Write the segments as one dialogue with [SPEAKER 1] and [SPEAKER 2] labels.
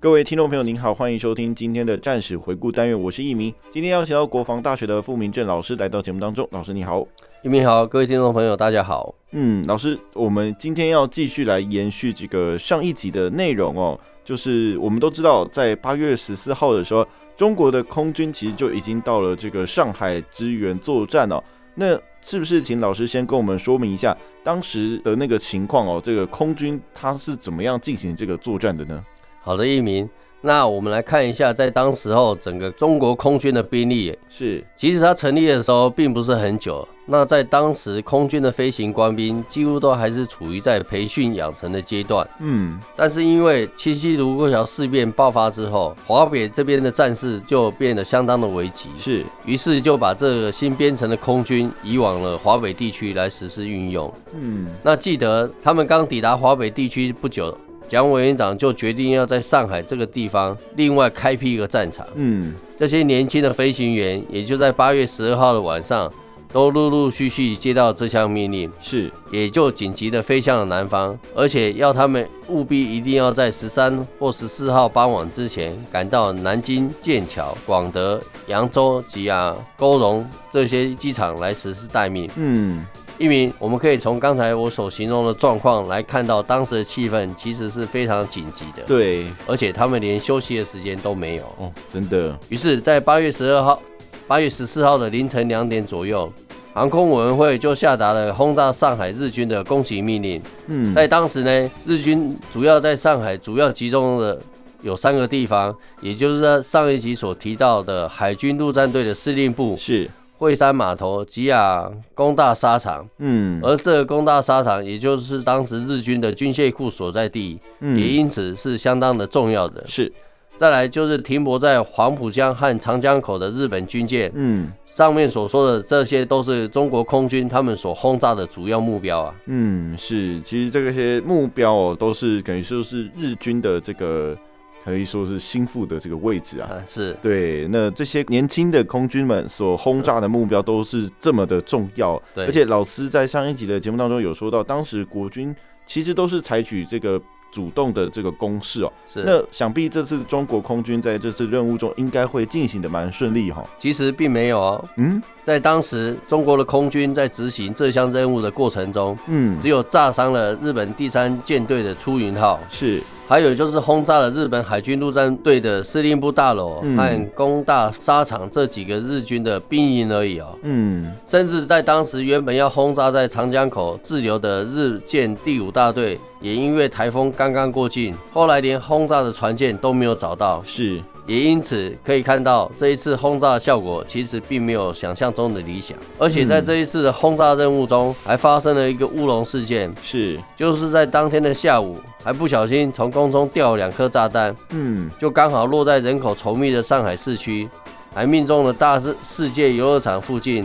[SPEAKER 1] 各位听众朋友，您好，欢迎收听今天的战史回顾单元，我是一鸣。今天邀请到国防大学的傅明正老师来到节目当中，老师你好。
[SPEAKER 2] 一鸣好，各位听众朋友，大家好。
[SPEAKER 1] 嗯，老师，我们今天要继续来延续这个上一集的内容哦，就是我们都知道，在八月十四号的时候，中国的空军其实就已经到了这个上海支援作战哦。那是不是请老师先跟我们说明一下当时的那个情况哦？这个空军它是怎么样进行这个作战的呢？
[SPEAKER 2] 好的，一鸣。那我们来看一下，在当时候整个中国空军的兵力，
[SPEAKER 1] 是
[SPEAKER 2] 其实它成立的时候并不是很久。那在当时，空军的飞行官兵几乎都还是处于在培训养成的阶段。
[SPEAKER 1] 嗯，
[SPEAKER 2] 但是因为七七卢沟桥事变爆发之后，华北这边的战事就变得相当的危急，
[SPEAKER 1] 是，
[SPEAKER 2] 于是就把这个新编成的空军移往了华北地区来实施运用。
[SPEAKER 1] 嗯，
[SPEAKER 2] 那记得他们刚抵达华北地区不久，蒋委员长就决定要在上海这个地方另外开辟一个战场。
[SPEAKER 1] 嗯，
[SPEAKER 2] 这些年轻的飞行员也就在八月十二号的晚上，都陆陆续续接到这项命令，
[SPEAKER 1] 是，
[SPEAKER 2] 也就紧急的飞向了南方，而且要他们务必一定要在十三或十四号傍晚之前赶到南京、剑桥、广德、扬州及啊沟龙这些机场来实施待命。
[SPEAKER 1] 嗯，
[SPEAKER 2] 一鸣，我们可以从刚才我所形容的状况来看到，当时的气氛其实是非常紧急的，
[SPEAKER 1] 对，
[SPEAKER 2] 而且他们连休息的时间都没有。
[SPEAKER 1] 哦，真的，
[SPEAKER 2] 于是，在八月十二号、八月十四号的凌晨两点左右，航空委员会就下达了轰炸上海日军的攻击命令。
[SPEAKER 1] 嗯，
[SPEAKER 2] 在当时呢，日军主要在上海主要集中的有三个地方，也就是在上一集所提到的海军陆战队的司令部、
[SPEAKER 1] 是，
[SPEAKER 2] 惠山码头、吉雅工大沙场。
[SPEAKER 1] 嗯，
[SPEAKER 2] 而这个工大沙场，也就是当时日军的军械库所在地，
[SPEAKER 1] 嗯
[SPEAKER 2] 也因此是相当的重要的。
[SPEAKER 1] 是，
[SPEAKER 2] 再来就是停泊在黄浦江和长江口的日本军舰，
[SPEAKER 1] 嗯
[SPEAKER 2] 上面所说的这些都是中国空军他们所轰炸的主要目标啊。
[SPEAKER 1] 嗯是，其实这些目标哦，都是等于说是日军的这个可以说是心腹的这个位置啊。
[SPEAKER 2] 啊，是
[SPEAKER 1] 对，那这些年轻的空军们所轰炸的目标都是这么的重要，
[SPEAKER 2] 对
[SPEAKER 1] 而且老师在上一集的节目当中有说到，当时国军其实都是采取这个主动的这个攻势哦。
[SPEAKER 2] 是，
[SPEAKER 1] 那想必这次中国空军在这次任务中应该会进行的蛮顺利哈、哦。
[SPEAKER 2] 其实并没有哦。
[SPEAKER 1] 嗯
[SPEAKER 2] 在当时，中国的空军在执行这项任务的过程中，
[SPEAKER 1] 嗯，
[SPEAKER 2] 只有炸伤了日本第三舰队的出云号，
[SPEAKER 1] 是
[SPEAKER 2] 还有就是轰炸了日本海军陆战队的司令部大楼
[SPEAKER 1] 嗯
[SPEAKER 2] 和工大沙场这几个日军的兵营而已哦。
[SPEAKER 1] 嗯
[SPEAKER 2] 甚至在当时原本要轰炸在长江口滞留的日舰第五大队，也因为台风刚刚过境，后来连轰炸的船舰都没有找到。
[SPEAKER 1] 是
[SPEAKER 2] 也因此可以看到，这一次轰炸的效果其实并没有想象中的理想。而且在这一次的轰炸任务中，还发生了一个乌龙事件，
[SPEAKER 1] 是
[SPEAKER 2] 就是在当天的下午，还不小心从空中掉了两颗炸弹，
[SPEAKER 1] 嗯
[SPEAKER 2] 就刚好落在人口稠密的上海市区，还命中了大世世界游乐场附近，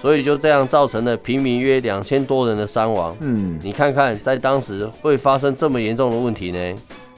[SPEAKER 2] 所以就这样造成了平民约两千多人的伤亡。
[SPEAKER 1] 嗯
[SPEAKER 2] 你看看，在当时会发生这么严重的问题呢？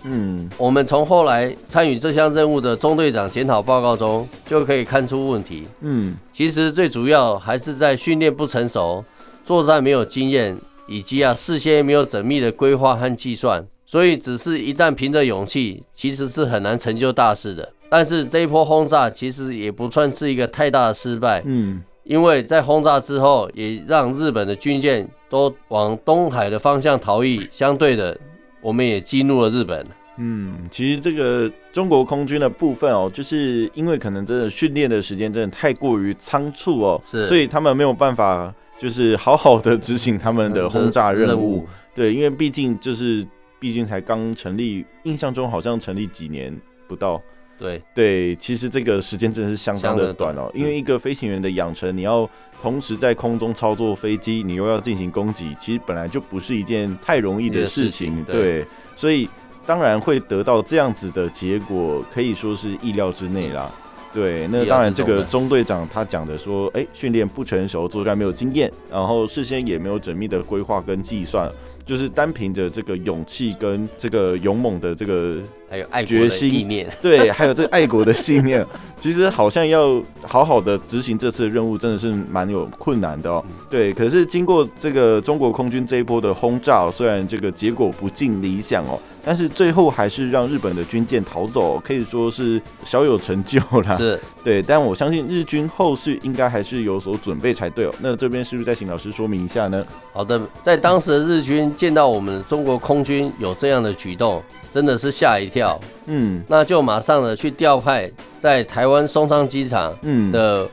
[SPEAKER 1] 嗯
[SPEAKER 2] 我们从后来参与这项任务的中队长检讨报告中就可以看出问题。
[SPEAKER 1] 嗯
[SPEAKER 2] 其实最主要还是在训练不成熟、作战没有经验，以及啊事先没有缜密的规划和计算，所以只是一旦凭着勇气，其实是很难成就大事的。但是这一波轰炸其实也不算是一个太大的失败，
[SPEAKER 1] 嗯
[SPEAKER 2] 因为在轰炸之后，也让日本的军舰都往东海的方向逃逸，相对的，我们也激怒了日本。
[SPEAKER 1] 嗯，其实这个中国空军的部分哦，就是因为可能真的训练的时间真的太过于仓促哦，
[SPEAKER 2] 是
[SPEAKER 1] 所以他们没有办法就是好好的执行他们的轰炸任
[SPEAKER 2] 嗯
[SPEAKER 1] 务。对，因为毕竟就是毕竟才刚成立，印象中好像成立几年不到。
[SPEAKER 2] 对，
[SPEAKER 1] 对，其实这个时间真的是相当的短哦
[SPEAKER 2] 相当，的短
[SPEAKER 1] 因为一个飞行员的养成，你要同时在空中操作飞机，你又要进行攻击，其实本来就不是一件太容易的事
[SPEAKER 2] 一
[SPEAKER 1] 情，
[SPEAKER 2] 件事情对
[SPEAKER 1] 对，所以当然会得到这样子的结果，可以说是意料之内啦。对，那
[SPEAKER 2] 意料之
[SPEAKER 1] 当然，这个
[SPEAKER 2] 中的
[SPEAKER 1] 中队长他讲的说，哎，训练不成熟，作战没有经验，然后事先也没有缜密的规划跟计算，就是单凭着这个勇气跟这个勇猛的这个
[SPEAKER 2] 还有爱国
[SPEAKER 1] 决
[SPEAKER 2] 的
[SPEAKER 1] 心
[SPEAKER 2] 意念，
[SPEAKER 1] 对，还有这个爱国的信念， 其实好像要好好的执行这次的任务，真的是蛮有困难的哦。对，可是经过这个中国空军这一波的轰炸哦，虽然这个结果不尽理想哦，但是最后还是让日本的军舰逃走哦，可以说是小有成就啦。
[SPEAKER 2] 是
[SPEAKER 1] 对，但我相信日军后续应该还是有所准备才对哦。那这边是不是再请老师说明一下呢？
[SPEAKER 2] 好的。在当时的日军见到我们中国空军有这样的举动，真的是吓一跳，
[SPEAKER 1] 嗯
[SPEAKER 2] 那就马上的去调派在台湾松山机场
[SPEAKER 1] 嗯，
[SPEAKER 2] 的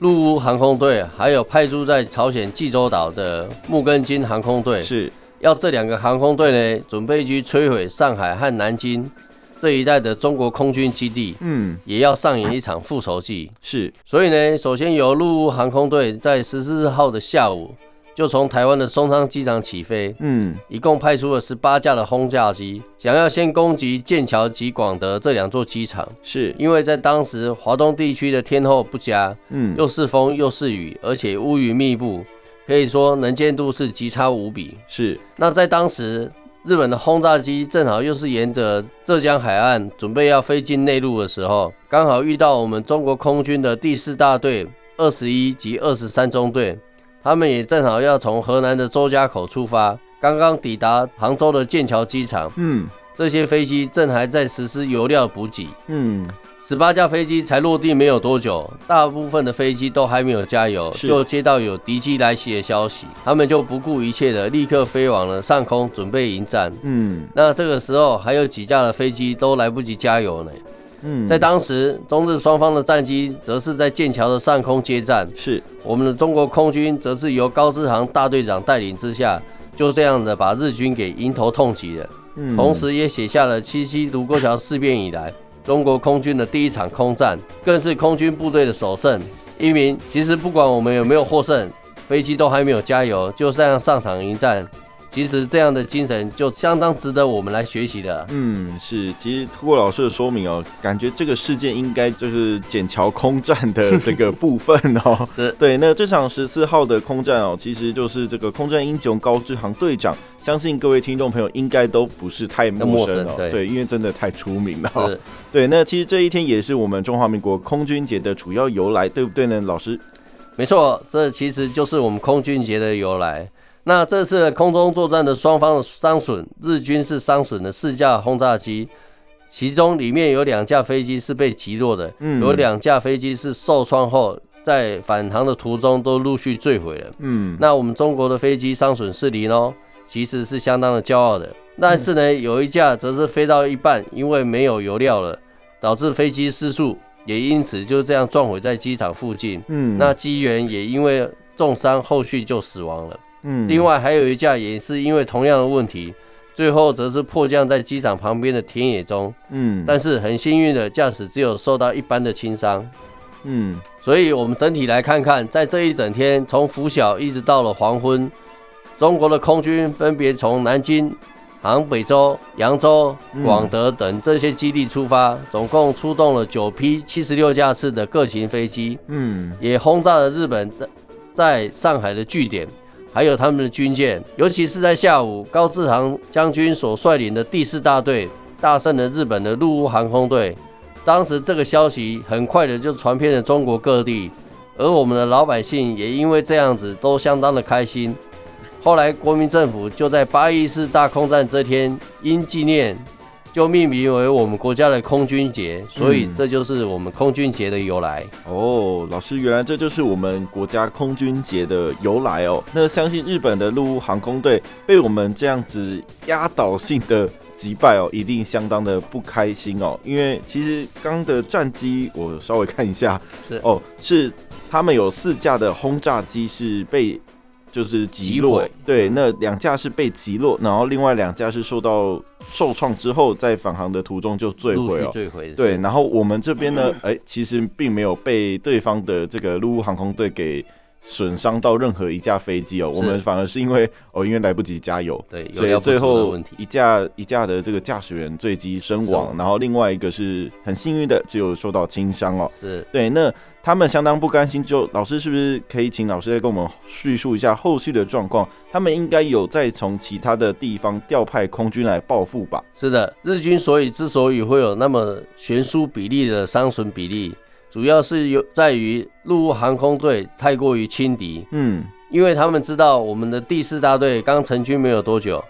[SPEAKER 2] 陆屋航空队，还有派驻在朝鲜济州岛的木根津航空队，
[SPEAKER 1] 是
[SPEAKER 2] 要这两个航空队呢，准备去摧毁上海和南京这一带的中国空军基地，
[SPEAKER 1] 嗯
[SPEAKER 2] 也要上演一场复仇记。
[SPEAKER 1] 是
[SPEAKER 2] 所以呢，首先由陆屋航空队在十四号的下午就从台湾的松山机场起飞，
[SPEAKER 1] 嗯
[SPEAKER 2] 一共派出了十八架的轰炸机，想要先攻击剑桥及广德这两座机场。
[SPEAKER 1] 是
[SPEAKER 2] 因为在当时华东地区的天候不佳，
[SPEAKER 1] 嗯
[SPEAKER 2] 又是风又是雨，而且乌云密布，可以说能见度是极差无比。
[SPEAKER 1] 是
[SPEAKER 2] 那在当时，日本的轰炸机正好又是沿着浙江海岸准备要飞进内陆的时候，刚好遇到我们中国空军的第四大队二十一及二十三中队，他们也正好要从河南的周家口出发，刚刚抵达杭州的剑桥机场，
[SPEAKER 1] 嗯
[SPEAKER 2] 这些飞机正还在实施油料补给。
[SPEAKER 1] 嗯
[SPEAKER 2] 十八架飞机才落地没有多久，大部分的飞机都还没有加油，
[SPEAKER 1] 是
[SPEAKER 2] 就接到有敌机来袭的消息，他们就不顾一切的立刻飞往了上空，准备迎战。
[SPEAKER 1] 嗯
[SPEAKER 2] 那这个时候还有几架的飞机都来不及加油呢。
[SPEAKER 1] 嗯，
[SPEAKER 2] 在当时，中日双方的战机则是在剑桥的上空接战，
[SPEAKER 1] 是
[SPEAKER 2] 我们的中国空军则是由高志航大队长带领之下，就这样的把日军给迎头痛击了。
[SPEAKER 1] 嗯
[SPEAKER 2] 同时也写下了七七卢沟桥事变以来中国空军的第一场空战，更是空军部队的首胜。一鸣，其实不管我们有没有获胜，飞机都还没有加油，就这样上场迎战，其实这样的精神就相当值得我们来学习的。
[SPEAKER 1] 嗯，是，其实通过老师的说明哦，感觉这个事件应该就是笕桥空战 的这个部分哦。
[SPEAKER 2] 是
[SPEAKER 1] 对，那这场十四号的空战哦，其实就是这个空战英雄高志航队长，相信各位听众朋友应该都不是太陌生哦。
[SPEAKER 2] 陌生对
[SPEAKER 1] 因为真的太出名了、哦。
[SPEAKER 2] 是
[SPEAKER 1] 对，那其实这一天也是我们中华民国空军节的主要由来，对不对呢，老师？
[SPEAKER 2] 没错，这其实就是我们空军节的由来。那这次的空中作战的双方的伤损，日军是伤损了四架轰炸机，其中里面有两架飞机是被击落的，
[SPEAKER 1] 嗯
[SPEAKER 2] 有两架飞机是受创后在返航的途中都陆续坠毁了。
[SPEAKER 1] 嗯，
[SPEAKER 2] 那我们中国的飞机伤损是零哦，其实是相当的骄傲的。但是呢，有一架则是飞到一半，因为没有油料了，导致飞机失速，也因此就这样撞毁在机场附近。
[SPEAKER 1] 嗯
[SPEAKER 2] 那机员也因为重伤，后续就死亡了。
[SPEAKER 1] 嗯
[SPEAKER 2] 另外还有一架也是因为同样的问题，最后则是迫降在机场旁边的田野中，
[SPEAKER 1] 嗯，
[SPEAKER 2] 但是很幸运的驾驶只有受到一般的轻伤。
[SPEAKER 1] 嗯
[SPEAKER 2] 所以，我们整体来看看，在这一整天，从拂晓一直到了黄昏，中国的空军分别从南京、杭北州、扬州、
[SPEAKER 1] 嗯
[SPEAKER 2] 广德等这些基地出发，总共出动了九批七十六架次的各型飞机，
[SPEAKER 1] 嗯
[SPEAKER 2] 也轰炸了日本在在上海的据点，还有他们的军舰，尤其是在下午，高志航将军所率领的第四大队大胜了日本的陆屋航空队。当时这个消息很快的就传遍了中国各地，而我们的老百姓也因为这样子都相当的开心。后来国民政府就在八一四大空战这天，因纪念，就命名为我们国家的空军节，所以
[SPEAKER 1] 嗯
[SPEAKER 2] 这就是我们空军节的由来。
[SPEAKER 1] 哦，老师，原来这就是我们国家空军节的由来哦。那相信日本的陆务航空队被我们这样子压倒性的击败哦，一定相当的不开心哦。因为其实刚的战机，我稍微看一下
[SPEAKER 2] 是
[SPEAKER 1] 哦，是他们有四架的轰炸机是被就是击落
[SPEAKER 2] 击毁。
[SPEAKER 1] 对，那两架是被击落，然后另外两架是受到受创之后，在返航的途中就坠
[SPEAKER 2] 陆
[SPEAKER 1] 毁
[SPEAKER 2] 续
[SPEAKER 1] 哦。
[SPEAKER 2] 坠毁的。
[SPEAKER 1] 对，然后我们这边 呢，哎、其实并没有被对方的这个陆务航空队给损伤到任何一架飞机哦，
[SPEAKER 2] 是
[SPEAKER 1] 我们反而是因为哦，因为来不及加油，
[SPEAKER 2] 对，有
[SPEAKER 1] 所
[SPEAKER 2] 料
[SPEAKER 1] 以
[SPEAKER 2] 不足
[SPEAKER 1] 最
[SPEAKER 2] 的
[SPEAKER 1] 后
[SPEAKER 2] 问题。
[SPEAKER 1] 一架一架的这个驾驶员坠机身
[SPEAKER 2] 身
[SPEAKER 1] 亡，
[SPEAKER 2] 亡
[SPEAKER 1] 然后另外一个是很幸运的只有受到轻伤哦。
[SPEAKER 2] 是
[SPEAKER 1] 对，那他们相当不甘心，就老师是不是可以请老师再跟我们叙述一下后续的状况？他们应该有再从其他的地方调派空军来报复吧？
[SPEAKER 2] 是的，日军所以之所以会有那么悬殊比例的伤损比例，主要是有在于陆航空队太过于轻敌，
[SPEAKER 1] 嗯，
[SPEAKER 2] 因为他们知道我们的第四大队刚成军没有多久，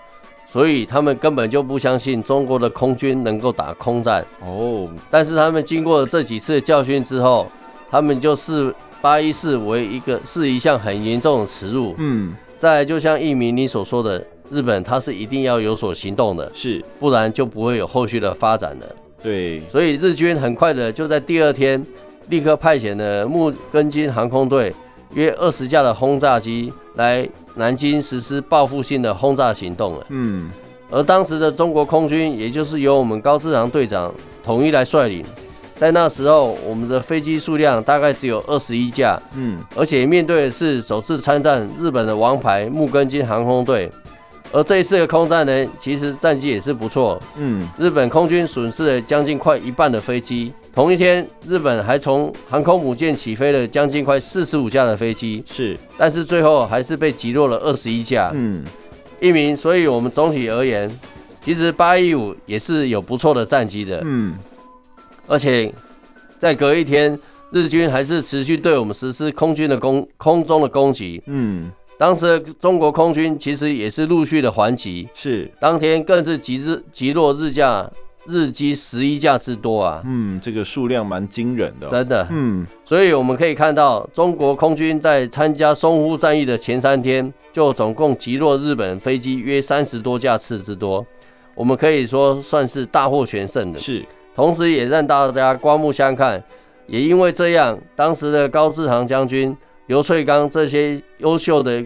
[SPEAKER 2] 所以他们根本就不相信中国的空军能够打空战。
[SPEAKER 1] 哦，
[SPEAKER 2] 但是他们经过这几次教训之后，他们就视八一四为一个是一项很严重的耻辱。
[SPEAKER 1] 嗯，
[SPEAKER 2] 再来，就像一鸣你所说的，日本它是一定要有所行动的，
[SPEAKER 1] 是
[SPEAKER 2] 不然就不会有后续的发展了。
[SPEAKER 1] 对，
[SPEAKER 2] 所以日军很快的就在第二天立刻派遣了木根津航空队约二十架的轰炸机来南京实施报复性的轰炸行动了。
[SPEAKER 1] 嗯，
[SPEAKER 2] 而当时的中国空军，也就是由我们高志航队长统一来率领，在那时候我们的飞机数量大概只有二十一架，
[SPEAKER 1] 嗯，
[SPEAKER 2] 而且面对的是首次参战日本的王牌木根津航空队。而这一次的空战呢，其实战绩也是不错，
[SPEAKER 1] 嗯，
[SPEAKER 2] 日本空军损失了将近快一半的飞机。同一天，日本还从航空母舰起飞了将近快四十五架的飞机，
[SPEAKER 1] 是，
[SPEAKER 2] 但是最后还是被击落了二十一架。
[SPEAKER 1] 嗯，
[SPEAKER 2] 一名，所以我们总体而言，其实八一五也是有不错的战绩的，
[SPEAKER 1] 嗯，
[SPEAKER 2] 而且在隔一天，日军还是持续对我们实施空军的攻空中的攻击。
[SPEAKER 1] 嗯，
[SPEAKER 2] 当时的中国空军其实也是陆续的还击，
[SPEAKER 1] 是，
[SPEAKER 2] 当天更是击日击落日架日机十一架之多啊，
[SPEAKER 1] 嗯，这个数量蛮惊人的哦、
[SPEAKER 2] 真的。
[SPEAKER 1] 嗯，
[SPEAKER 2] 所以我们可以看到，中国空军在参加淞沪战役的前三天，就总共击落日本飞机约三十多架次之多，我们可以说算是大获全胜的。
[SPEAKER 1] 嗯是，
[SPEAKER 2] 同时，也让大家刮目相看。也因为这样，当时的高志航将军、刘粹刚这些优秀的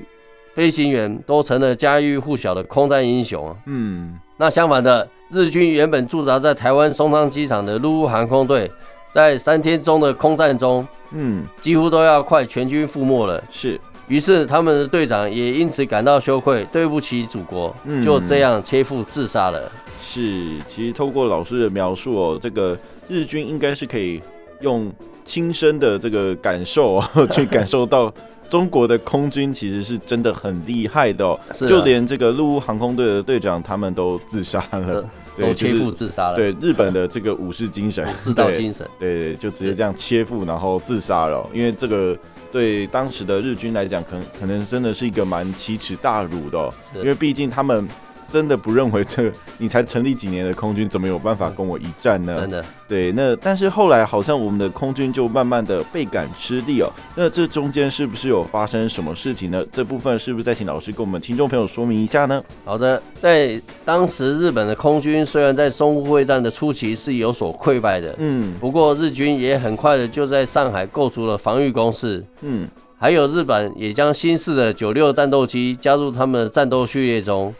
[SPEAKER 2] 飞行员，都成了家喻户晓的空战英雄啊。
[SPEAKER 1] 嗯，
[SPEAKER 2] 那相反的，日军原本驻扎在台湾松山机场的陆航空队，在三天中的空战中，
[SPEAKER 1] 嗯，
[SPEAKER 2] 几乎都要快全军覆没了。
[SPEAKER 1] 是，
[SPEAKER 2] 于是他们的队长也因此感到羞愧，对不起祖国，
[SPEAKER 1] 嗯
[SPEAKER 2] 就这样切腹自杀了。
[SPEAKER 1] 是，其实透过老师的描述哦，这个日军应该是可以用亲身的这个感受、哦、 去感受到中国的空军其实是真的很厉害的哦，
[SPEAKER 2] 是啊
[SPEAKER 1] 就连这个陆航空队的队长他们都自杀了，对，
[SPEAKER 2] 呃都
[SPEAKER 1] 就
[SPEAKER 2] 切腹
[SPEAKER 1] 是
[SPEAKER 2] 自杀了，
[SPEAKER 1] 对日本的这个武士精神，
[SPEAKER 2] 世道
[SPEAKER 1] 对
[SPEAKER 2] 精神。
[SPEAKER 1] 对对，就直接这样切腹，然后自杀了哦、因为这个对当时的日军来讲，可能可能真的是一个蛮奇耻大辱的哦、
[SPEAKER 2] 是
[SPEAKER 1] 因为毕竟他们真的不认为这个你才成立几年的空军，怎么有办法跟我一战呢
[SPEAKER 2] 真？的，
[SPEAKER 1] 对，那但是后来好像我们的空军就慢慢的倍感吃力哦。那这中间是不是有发生什么事情呢？这部分是不是再请老师跟我们听众朋友说明一下呢？
[SPEAKER 2] 好的，在当时日本的空军虽然在淞沪会战的初期是有所溃败的，
[SPEAKER 1] 嗯
[SPEAKER 2] 不过日军也很快的就在上海构筑了防御工事，
[SPEAKER 1] 嗯，
[SPEAKER 2] 还有日本也将新式的九六战斗机加入他们的战斗序列中。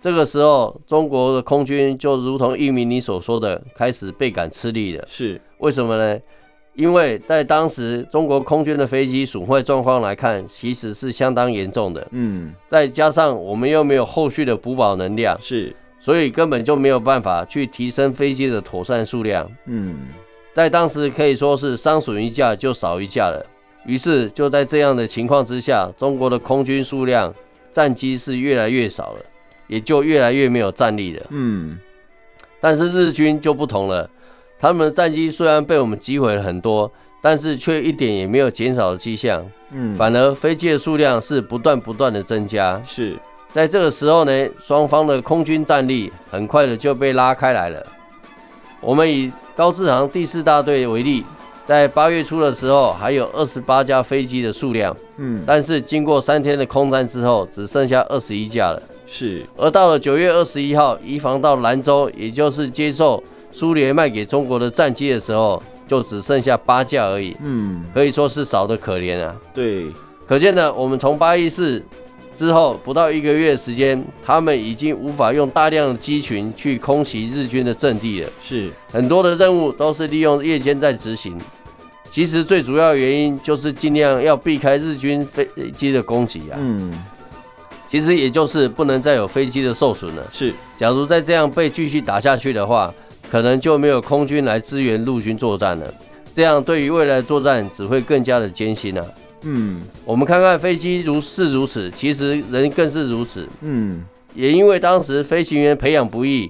[SPEAKER 2] 这个时候，中国的空军就如同一鸣你所说的，开始倍感吃力了。
[SPEAKER 1] 是，
[SPEAKER 2] 为什么呢？因为在当时中国空军的飞机损坏状况来看，其实是相当严重的。
[SPEAKER 1] 嗯
[SPEAKER 2] 再加上我们又没有后续的补保能量，
[SPEAKER 1] 是，
[SPEAKER 2] 所以根本就没有办法去提升飞机的妥善数量。
[SPEAKER 1] 嗯
[SPEAKER 2] 在当时可以说是伤损一架就少一架了。于是就在这样的情况之下，中国的空军数量战机是越来越少了，也就越来越没有战力了。
[SPEAKER 1] 嗯
[SPEAKER 2] 但是日军就不同了，他们的战机虽然被我们击毁了很多，但是却一点也没有减少的迹象，
[SPEAKER 1] 嗯，
[SPEAKER 2] 反而飞机的数量是不断不断的增加。
[SPEAKER 1] 是，
[SPEAKER 2] 在这个时候呢，双方的空军战力很快的就被拉开来了。我们以高志航第四大队为例，在八月初的时候还有二十八架飞机的数量，
[SPEAKER 1] 嗯
[SPEAKER 2] 但是经过三天的空战之后，只剩下二十一架了。
[SPEAKER 1] 是，
[SPEAKER 2] 而到了九月二十一号，移防到兰州，也就是接受苏联卖给中国的战机的时候，就只剩下八架而已，
[SPEAKER 1] 嗯
[SPEAKER 2] 可以说是少得可怜啊。
[SPEAKER 1] 对，
[SPEAKER 2] 可见呢，我们从八一四之后不到一个月的时间，他们已经无法用大量的机群去空袭日军的阵地了。
[SPEAKER 1] 是
[SPEAKER 2] 很多的任务都是利用夜间在执行。其实最主要原因就是尽量要避开日军飞机的攻击啊。
[SPEAKER 1] 嗯
[SPEAKER 2] 其实也就是不能再有飞机的受损了。
[SPEAKER 1] 是
[SPEAKER 2] 假如再这样被继续打下去的话，可能就没有空军来支援陆军作战了。这样对于未来的作战只会更加的艰辛啊。
[SPEAKER 1] 嗯
[SPEAKER 2] 我们看看飞机如是如此，其实人更是如此。
[SPEAKER 1] 嗯
[SPEAKER 2] 也因为当时飞行员培养不易，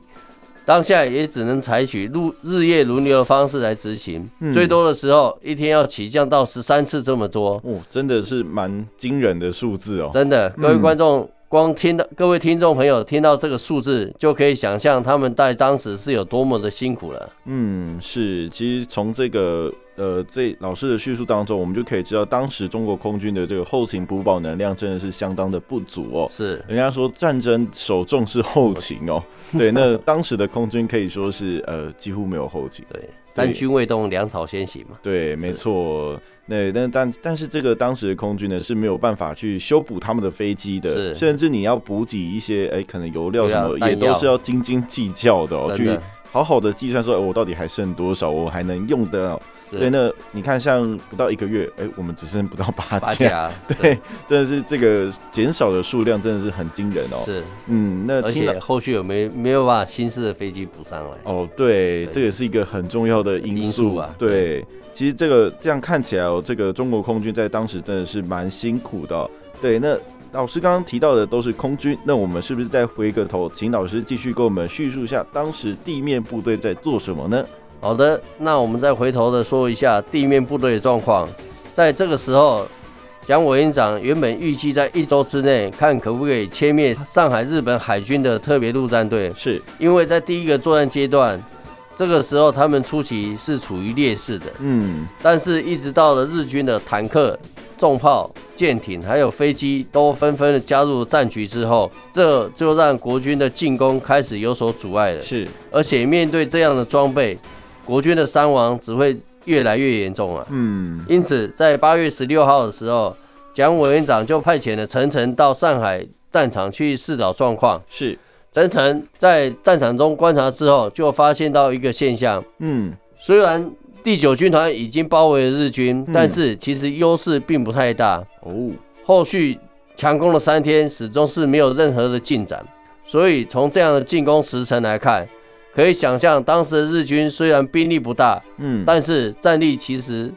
[SPEAKER 2] 当下也只能采取日日夜轮流的方式来执行。
[SPEAKER 1] 嗯
[SPEAKER 2] 最多的时候，一天要起降到十三次这么多，
[SPEAKER 1] 哦，真的是蛮惊人的数字哦。
[SPEAKER 2] 真的，各位观众。光听到各位听众朋友听到这个数字，就可以想象他们在当时是有多么的辛苦了。
[SPEAKER 1] 嗯，是，其实从这个呃这老师的叙述当中，我们就可以知道，当时中国空军的这个后勤补补能量真的是相当的不足哦。
[SPEAKER 2] 是，
[SPEAKER 1] 人家说战争首重是后勤 哦，对，那当时的空军可以说是呃几乎没有后勤。
[SPEAKER 2] 对，三军未动，粮草先行嘛。
[SPEAKER 1] 对，没错。那但但但是这个当时的空军呢是没有办法去修补他们的飞机的，
[SPEAKER 2] 是
[SPEAKER 1] 甚至你要补给一些哎、可能油料什么
[SPEAKER 2] 油料
[SPEAKER 1] 也
[SPEAKER 2] 弹
[SPEAKER 1] 都
[SPEAKER 2] 药
[SPEAKER 1] 是要斤斤计较的哦，
[SPEAKER 2] 真
[SPEAKER 1] 去
[SPEAKER 2] 的，
[SPEAKER 1] 好好的计算说、哎我到底还剩多少，我还能用得了。对，
[SPEAKER 2] 是
[SPEAKER 1] 那你看像不到一个月，哎、我们只剩不到八
[SPEAKER 2] 八
[SPEAKER 1] 架，
[SPEAKER 2] 架，
[SPEAKER 1] 对，真的是这个减少的数量真的是很惊人哦。
[SPEAKER 2] 是，
[SPEAKER 1] 嗯，那
[SPEAKER 2] 而
[SPEAKER 1] 听了
[SPEAKER 2] 且后续有没没有把新式的飞机补上来？
[SPEAKER 1] 哦，对，
[SPEAKER 2] 对
[SPEAKER 1] 这也是一个很重要的因
[SPEAKER 2] 因
[SPEAKER 1] 素
[SPEAKER 2] 素啊
[SPEAKER 1] 对，其实这个这样看起来哦，这个中国空军在当时真的是蛮辛苦的哦、对，那老师刚刚提到的都是空军，那我们是不是再回个头，请老师继续给我们叙述一下当时地面部队在做什么呢？
[SPEAKER 2] 好的，那我们再回头的说一下地面部队的状况。在这个时候，蒋委员长原本预计在一周之内看可不可以歼灭上海日本海军的特别陆战队，
[SPEAKER 1] 是，
[SPEAKER 2] 因为在第一个作战阶段，这个时候他们初期是处于劣势的，
[SPEAKER 1] 嗯，
[SPEAKER 2] 但是一直到了日军的坦克、重炮、舰艇还有飞机都纷纷的加入战局之后，这就让国军的进攻开始有所阻碍了。
[SPEAKER 1] 是，
[SPEAKER 2] 而且面对这样的装备，国军的伤亡只会越来越严重啊。
[SPEAKER 1] 嗯，
[SPEAKER 2] 因此，在八月十六号的时候，蒋委员长就派遣了陈诚到上海战场去视导状况。
[SPEAKER 1] 是，
[SPEAKER 2] 陈诚在战场中观察之后，就发现到一个现象：
[SPEAKER 1] 嗯，
[SPEAKER 2] 虽然第九军团已经包围了日军，但是其实优势并不太大。
[SPEAKER 1] 哦，
[SPEAKER 2] 后续强攻了三天，始终是没有任何的进展。所以从这样的进攻时程来看，可以想象当时的日军虽然兵力不大，
[SPEAKER 1] 嗯，
[SPEAKER 2] 但是战力其实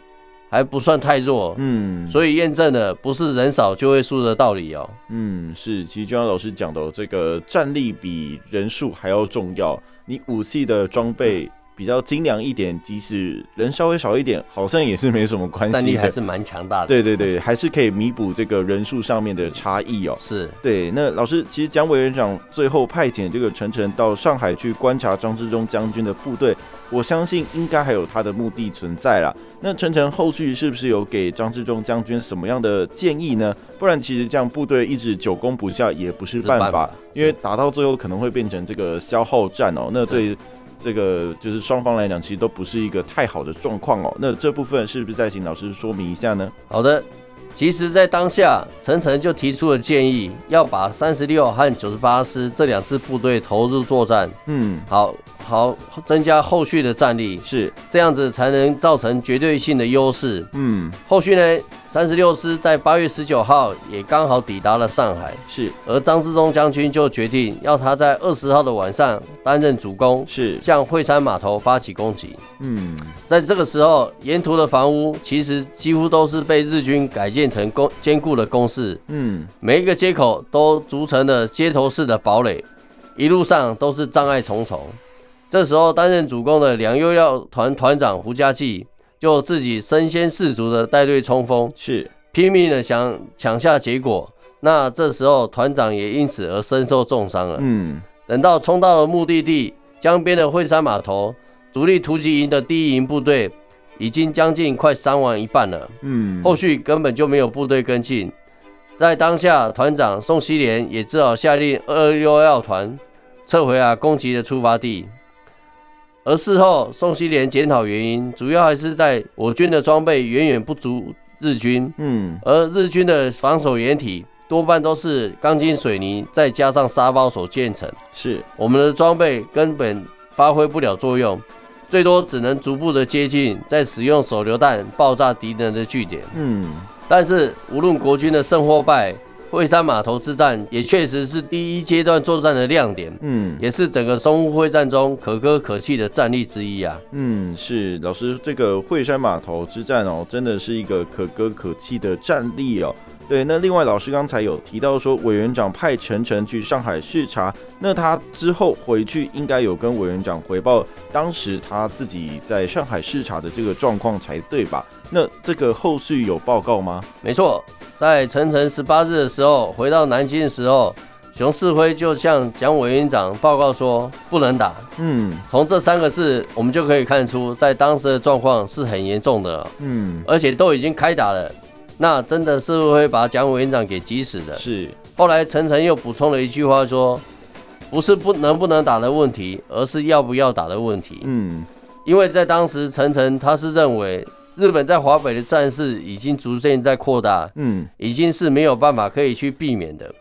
[SPEAKER 2] 还不算太弱。
[SPEAKER 1] 嗯，
[SPEAKER 2] 所以验证了不是人少就会输的道理哦。
[SPEAKER 1] 嗯，是，其实就像老师讲的哦，这个战力比人数还要重要。你武器的装备比较精良一点，即使人稍微少一点，好像也是没什么关
[SPEAKER 2] 战
[SPEAKER 1] 系
[SPEAKER 2] 力还
[SPEAKER 1] 的。
[SPEAKER 2] 是嗯蛮强大的。
[SPEAKER 1] 嗯对对对，还是可以弥补这个人数上面的差异哦。
[SPEAKER 2] 是
[SPEAKER 1] 对，那老师，其实蒋委员长最后派遣这个陈诚到上海去观察张之忠将军的部队，我相信应该还有他的目的存在啦。那陈诚后续是不是有给张之忠将军什么样的建议呢？不然其实这样部队一直久攻不下也不是办法，因为打到最后可能会变成这个消耗战哦。那对这个就是双方来讲，其实都不是一个太好的状况哦。那这部分是不是再请老师说明一下呢？
[SPEAKER 2] 好的。其实，在当下，陈诚就提出了建议，要把三十六和九十八师这两支部队投入作战，
[SPEAKER 1] 嗯，
[SPEAKER 2] 好好增加后续的战力，
[SPEAKER 1] 是，
[SPEAKER 2] 这样子才能造成绝对性的优势。
[SPEAKER 1] 嗯，
[SPEAKER 2] 后续呢，三十六师在八月十九号也刚好抵达了上海，
[SPEAKER 1] 是
[SPEAKER 2] 而张之洞将军就决定要他在二十号的晚上担任主攻，
[SPEAKER 1] 是，
[SPEAKER 2] 向惠山码头发起攻击。
[SPEAKER 1] 嗯。
[SPEAKER 2] 在这个时候，沿途的房屋其实几乎都是被日军改建成工坚固的工事，
[SPEAKER 1] 嗯，
[SPEAKER 2] 每一个街口都筑成了街头式的堡垒，一路上都是障碍重重。这时候，担任主攻的梁右耀团团长胡家骥就自己身先士卒的带队冲锋，
[SPEAKER 1] 是，
[SPEAKER 2] 拼命的想抢下结果。那这时候，团长也因此而身受重伤了。
[SPEAKER 1] 嗯，
[SPEAKER 2] 等到冲到了目的地江边的惠山码头，主力突击营的第一营部队已经将近快伤亡一半了，
[SPEAKER 1] 嗯，
[SPEAKER 2] 后续根本就没有部队跟进。在当下，团长宋希濂也只好下令二六幺团撤回啊攻击的出发地。而事后，宋希濂检讨原因，主要还是在我军的装备远远不足日军，
[SPEAKER 1] 嗯，
[SPEAKER 2] 而日军的防守掩体多半都是钢筋水泥再加上沙包所建成，
[SPEAKER 1] 是
[SPEAKER 2] 我们的装备根本发挥不了作用，最多只能逐步的接近，再使用手榴弹爆炸敌人的据点。
[SPEAKER 1] 嗯，
[SPEAKER 2] 但是无论国军的胜或败，惠山码头之战也确实是第一阶段作战的亮点，
[SPEAKER 1] 嗯
[SPEAKER 2] 也是整个淞沪会战中可歌可泣的战例之一啊。
[SPEAKER 1] 嗯，是老师，这个惠山码头之战哦，真的是一个可歌可泣的战例哦。对，那另外老师刚才有提到说，委员长派陈诚去上海视察，那他之后回去应该有跟委员长回报当时他自己在上海视察的这个状况才对吧？那这个后续有报告吗？
[SPEAKER 2] 没错，在陈诚十八日的时候回到南京的时候，熊式辉就向蒋委员长报告说不能打。
[SPEAKER 1] 嗯
[SPEAKER 2] 从这三个字，我们就可以看出，在当时的状况是很严重的，
[SPEAKER 1] 嗯，
[SPEAKER 2] 而且都已经开打了，那真的是会把蒋委员长给急死的。
[SPEAKER 1] 是
[SPEAKER 2] 后来陈诚又补充了一句话说：“不是不能不能打的问题，而是要不要打的问题。
[SPEAKER 1] 嗯
[SPEAKER 2] 因为在当时，陈诚他是认为日本在华北的战事已经逐渐在扩大，
[SPEAKER 1] 嗯
[SPEAKER 2] 已经是没有办法可以去避免的。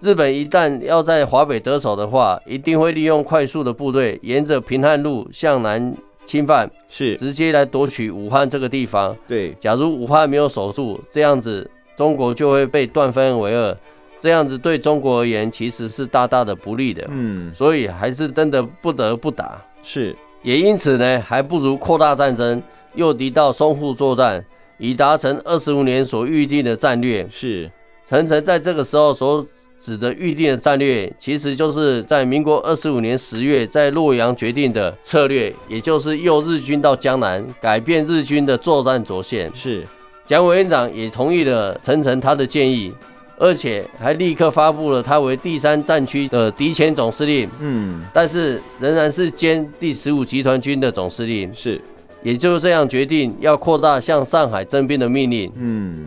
[SPEAKER 2] 日本一旦要在华北得手的话，一定会利用快速的部队，沿着平汉路向南侵犯，
[SPEAKER 1] 是
[SPEAKER 2] 直接来夺取武汉这个地方。
[SPEAKER 1] 对，
[SPEAKER 2] 假如武汉没有守住，这样子中国就会被断分为二，这样子对中国而言其实是大大的不利的，
[SPEAKER 1] 嗯
[SPEAKER 2] 所以还是真的不得不打。
[SPEAKER 1] 是
[SPEAKER 2] 也因此呢，还不如扩大战争，诱敌到淞沪作战，以达成二十五年所预定的战略。
[SPEAKER 1] 是
[SPEAKER 2] 陈诚在这个时候所指的预定的战略，其实就是在民国二十五年十月在洛阳决定的策略，也就是诱日军到江南，改变日军的作战轴线。
[SPEAKER 1] 是
[SPEAKER 2] 蒋委员长也同意了陈诚他的建议，而且还立刻发布了他为第三战区的敌前总司令，
[SPEAKER 1] 嗯
[SPEAKER 2] 但是仍然是兼第十五集团军的总司令，
[SPEAKER 1] 是
[SPEAKER 2] 也就这样决定要扩大向上海征兵的命令。
[SPEAKER 1] 嗯，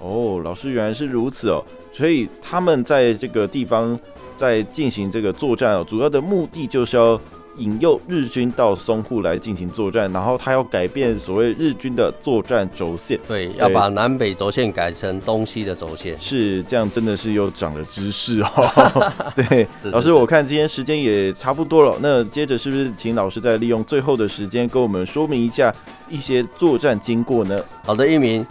[SPEAKER 1] 哦，老师原来是如此哦，所以他们在这个地方在进行这个作战哦，主要的目的就是要引诱日军到淞沪来进行作战，然后他要改变所谓日军的作战轴线，
[SPEAKER 2] 对，要把南北轴线改成东西的轴线。
[SPEAKER 1] 是这样，真的是又长了知识哦。 对，
[SPEAKER 2] 是
[SPEAKER 1] 老
[SPEAKER 2] 是
[SPEAKER 1] 师，我看今天时间也差不多了，那接着是不是请老师再利用最后的时间跟我们说明一下一些作战经过呢？
[SPEAKER 2] 好的，一鸣。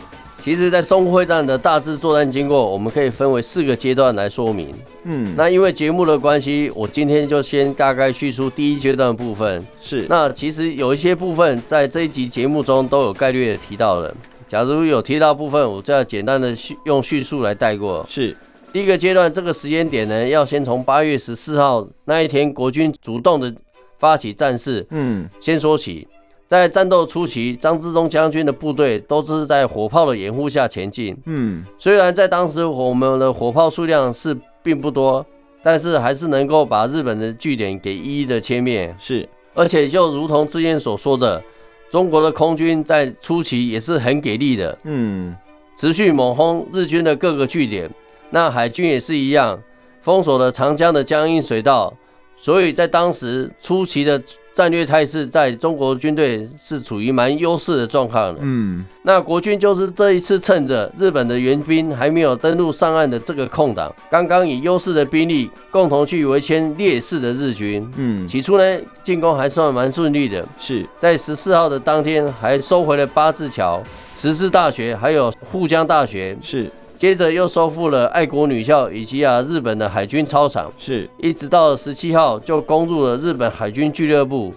[SPEAKER 2] 其实，在淞沪会战的大致作战经过，我们可以分为四个阶段来说明。
[SPEAKER 1] 嗯，
[SPEAKER 2] 那因为节目的关系，我今天就先大概叙述第一阶段的部分。
[SPEAKER 1] 是
[SPEAKER 2] 那其实有一些部分在这一集节目中都有概略的提到了。假如有提到部分，我就要简单的叙用叙述来带过。
[SPEAKER 1] 是
[SPEAKER 2] 第一个阶段，这个时间点呢，要先从八月十四号那一天国军主动的发起战事
[SPEAKER 1] 嗯
[SPEAKER 2] 先说起。在战斗初期，张之洞将军的部队都是在火炮的掩护下前进。
[SPEAKER 1] 嗯
[SPEAKER 2] 虽然在当时我们的火炮数量是并不多，但是还是能够把日本的据点给一一的歼灭。
[SPEAKER 1] 是
[SPEAKER 2] 而且就如同之前所说的，中国的空军在初期也是很给力的，
[SPEAKER 1] 嗯
[SPEAKER 2] 持续猛轰日军的各个据点。那海军也是一样，封锁了长江的江阴水道，所以在当时初期的战略态势，在中国军队是处于蛮优势的状况的。
[SPEAKER 1] 嗯
[SPEAKER 2] 那国军就是这一次趁着日本的援兵还没有登陆上岸的这个空档，刚刚以优势的兵力共同去围歼劣势的日军。
[SPEAKER 1] 嗯
[SPEAKER 2] 起初呢，进攻还算蛮顺利的，
[SPEAKER 1] 是
[SPEAKER 2] 在十四号的当天还收回了八字桥、十字大学，还有沪江大学，
[SPEAKER 1] 是
[SPEAKER 2] 接着又收复了爱国女校以及啊日本的海军操场，
[SPEAKER 1] 是
[SPEAKER 2] 一直到十七号就攻入了日本海军俱乐部。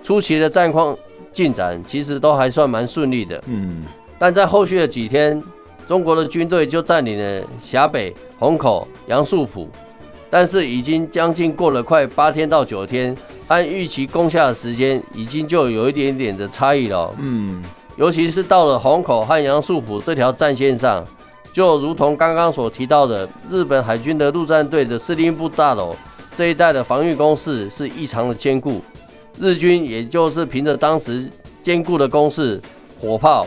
[SPEAKER 2] 初期的战况进展其实都还算蛮顺利的。
[SPEAKER 1] 嗯
[SPEAKER 2] 但在后续的几天，中国的军队就占领了峡北、虹口、杨树浦，但是已经将近过了快八天到九天，按预期攻下的时间已经就有一点点的差异了哦。
[SPEAKER 1] 嗯
[SPEAKER 2] 尤其是到了虹口和杨树浦这条战线上，就如同刚刚所提到的，日本海军的陆战队的司令部大楼这一带的防御工事是异常的坚固，日军也就是凭着当时坚固的工事、火炮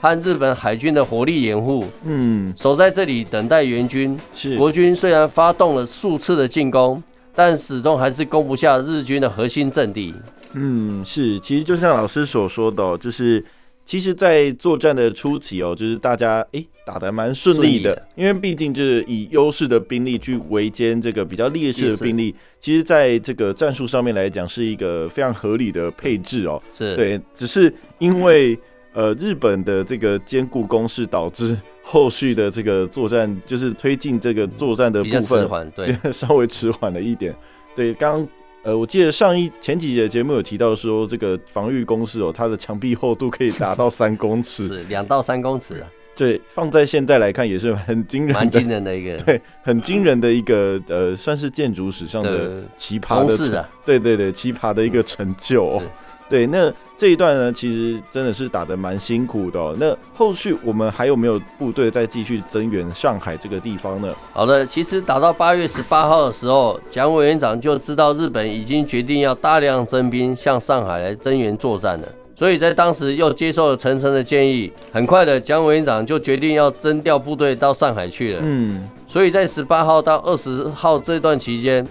[SPEAKER 2] 和日本海军的火力掩护，
[SPEAKER 1] 嗯
[SPEAKER 2] 守在这里等待援军。
[SPEAKER 1] 是
[SPEAKER 2] 国军虽然发动了数次的进攻，但始终还是攻不下日军的核心阵地。
[SPEAKER 1] 嗯是，其实就像老师所说的哦、就是。其实，在作战的初期哦，就是大家诶打得蛮顺利的，
[SPEAKER 2] 顺利的
[SPEAKER 1] 因为毕竟就是以优势的兵力去围歼这个比较劣势
[SPEAKER 2] 劣
[SPEAKER 1] 的
[SPEAKER 2] 势
[SPEAKER 1] 兵力，其实在这个战术上面来讲是一个非常合理的配置哦。
[SPEAKER 2] 是，
[SPEAKER 1] 对，只是因为呃日本的这个坚固攻势，导致后续的这个作战就是推进这个作战的
[SPEAKER 2] 比较
[SPEAKER 1] 部
[SPEAKER 2] 迟
[SPEAKER 1] 分
[SPEAKER 2] 缓，对，
[SPEAKER 1] 稍微迟缓了一点。对，刚刚呃，我记得上一前几节节目有提到说，这个防御工事哦，它的墙壁厚度可以达 到三公尺，
[SPEAKER 2] 是两到三公尺啊，
[SPEAKER 1] 对，放在现在来看也是很惊人
[SPEAKER 2] 蛮
[SPEAKER 1] 的
[SPEAKER 2] 惊，人的一个
[SPEAKER 1] 对，很惊人的一个呃，算是建筑史上的
[SPEAKER 2] 的
[SPEAKER 1] 奇葩
[SPEAKER 2] 同
[SPEAKER 1] 的
[SPEAKER 2] 事
[SPEAKER 1] 成，
[SPEAKER 2] 啊，
[SPEAKER 1] 对对对，奇葩的一个成就、哦
[SPEAKER 2] 是。
[SPEAKER 1] 对，那这一段呢，其实真的是打得蛮辛苦的、哦。那后续我们还有没有部队再继续增援上海这个地方呢？
[SPEAKER 2] 好的，其实打到八月十八号的时候，蒋委员长就知道日本已经决定要大量征兵向上海来增援作战了。所以在当时又接受了陈诚的建议，很快的蒋委员长就决定要征调部队到上海去了。
[SPEAKER 1] 嗯，
[SPEAKER 2] 所以在十八号到二十号这段期间，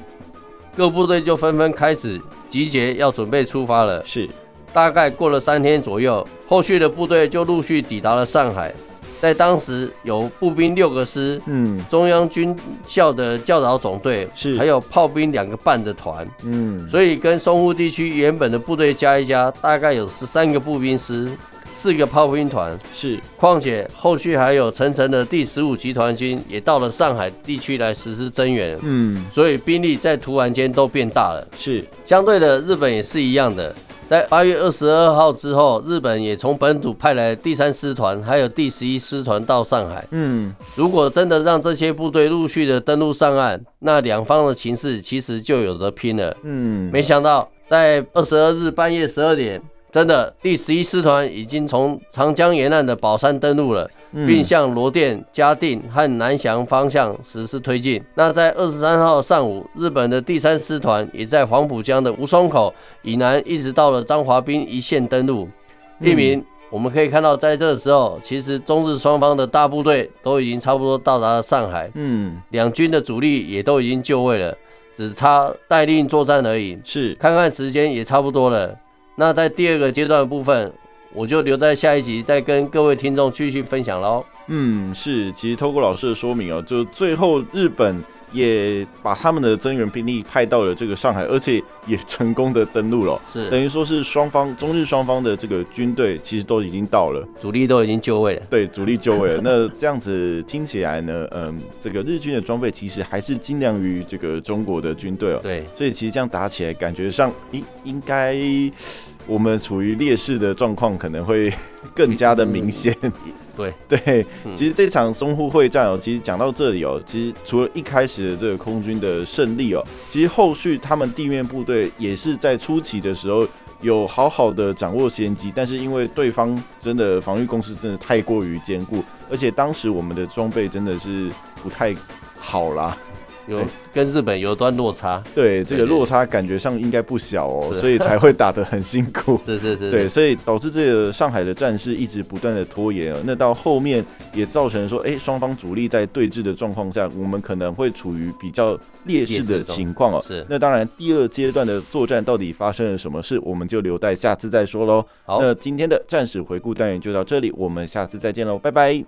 [SPEAKER 2] 各部队就纷纷开始集结，要准备出发了。
[SPEAKER 1] 是，
[SPEAKER 2] 大概过了三天左右，后续的部队就陆续抵达了上海。在当时有步兵六个师，
[SPEAKER 1] 嗯
[SPEAKER 2] 中央军校的教导总队，
[SPEAKER 1] 是
[SPEAKER 2] 还有炮兵两个半的团，
[SPEAKER 1] 嗯，
[SPEAKER 2] 所以跟淞沪地区原本的部队加一加，大概有十三个步兵师，四个炮兵团。
[SPEAKER 1] 是，
[SPEAKER 2] 况且后续还有陈诚的第十五集团军也到了上海地区来实施增援，
[SPEAKER 1] 嗯
[SPEAKER 2] 所以兵力在突然间都变大了。
[SPEAKER 1] 是，
[SPEAKER 2] 相对的，日本也是一样的。在八月二十二号之后，日本也从本土派来第三师团，还有第十一师团到上海。
[SPEAKER 1] 嗯
[SPEAKER 2] 如果真的让这些部队陆续的登陆上岸，那两方的情势其实就有得拼了。
[SPEAKER 1] 嗯，
[SPEAKER 2] 没想到在二十二日半夜十二点，真的第十一师团已经从长江沿岸的宝山登陆了，
[SPEAKER 1] 嗯
[SPEAKER 2] 并向罗店、嘉定和南翔方向实施推进。那在二十三号上午，日本的第三师团也在黄浦江的吴淞口以南，一直到了张华滨一线登陆。一名、我们可以看到，在这个时候，其实中日双方的大部队都已经差不多到达了上海，
[SPEAKER 1] 嗯
[SPEAKER 2] 两军的主力也都已经就位了，只差待令作战而已。
[SPEAKER 1] 是，
[SPEAKER 2] 看看时间也差不多了。那在第二个阶段的部分，我就留在下一集再跟各位听众继续分享喽。
[SPEAKER 1] 嗯是。其实透过老师的说明哦，就最后日本也把他们的增援兵力派到了这个上海，而且也成功的登陆了哦、等
[SPEAKER 2] 是，
[SPEAKER 1] 于说是双方中日双方的这个军队其实都已经到了。
[SPEAKER 2] 主力都已经就位了。
[SPEAKER 1] 对，主力就位了。那这样子听起来呢，嗯，这个日军的装备其实还是精良于这个中国的军队哦。
[SPEAKER 2] 对，
[SPEAKER 1] 所以其实这样打起来，感觉上应应该我们处于劣势的状况可能会更加的明显。
[SPEAKER 2] 对，
[SPEAKER 1] 对，
[SPEAKER 2] 嗯
[SPEAKER 1] 其实这场淞沪会战哦，其实讲到这里哦，其实除了一开始的这个空军的胜利哦，其实后续他们地面部队也是在初期的时候有好好的掌握先机，但是因为对方真的防御工事真的太过于坚固，而且当时我们的装备真的是不太好啦，
[SPEAKER 2] 有
[SPEAKER 1] 对
[SPEAKER 2] 跟日本有一段落差。
[SPEAKER 1] 对，这个
[SPEAKER 2] 对对
[SPEAKER 1] 落差感觉上应该不小哦，
[SPEAKER 2] 是
[SPEAKER 1] 所以才会打得很辛苦。
[SPEAKER 2] 是是是，
[SPEAKER 1] 对，，所以导致这个上海的战事一直不断的拖延哦，那到后面也造成说，哎，双方主力在对峙的状况下，我们可能会处于比较劣势的情况哦。
[SPEAKER 2] 是
[SPEAKER 1] 那当然，第二阶段的作战到底发生了什么事，我们就留待下次再说喽。
[SPEAKER 2] 好。
[SPEAKER 1] 那今天的战史回顾单元就到这里，我们下次再见喽，拜拜。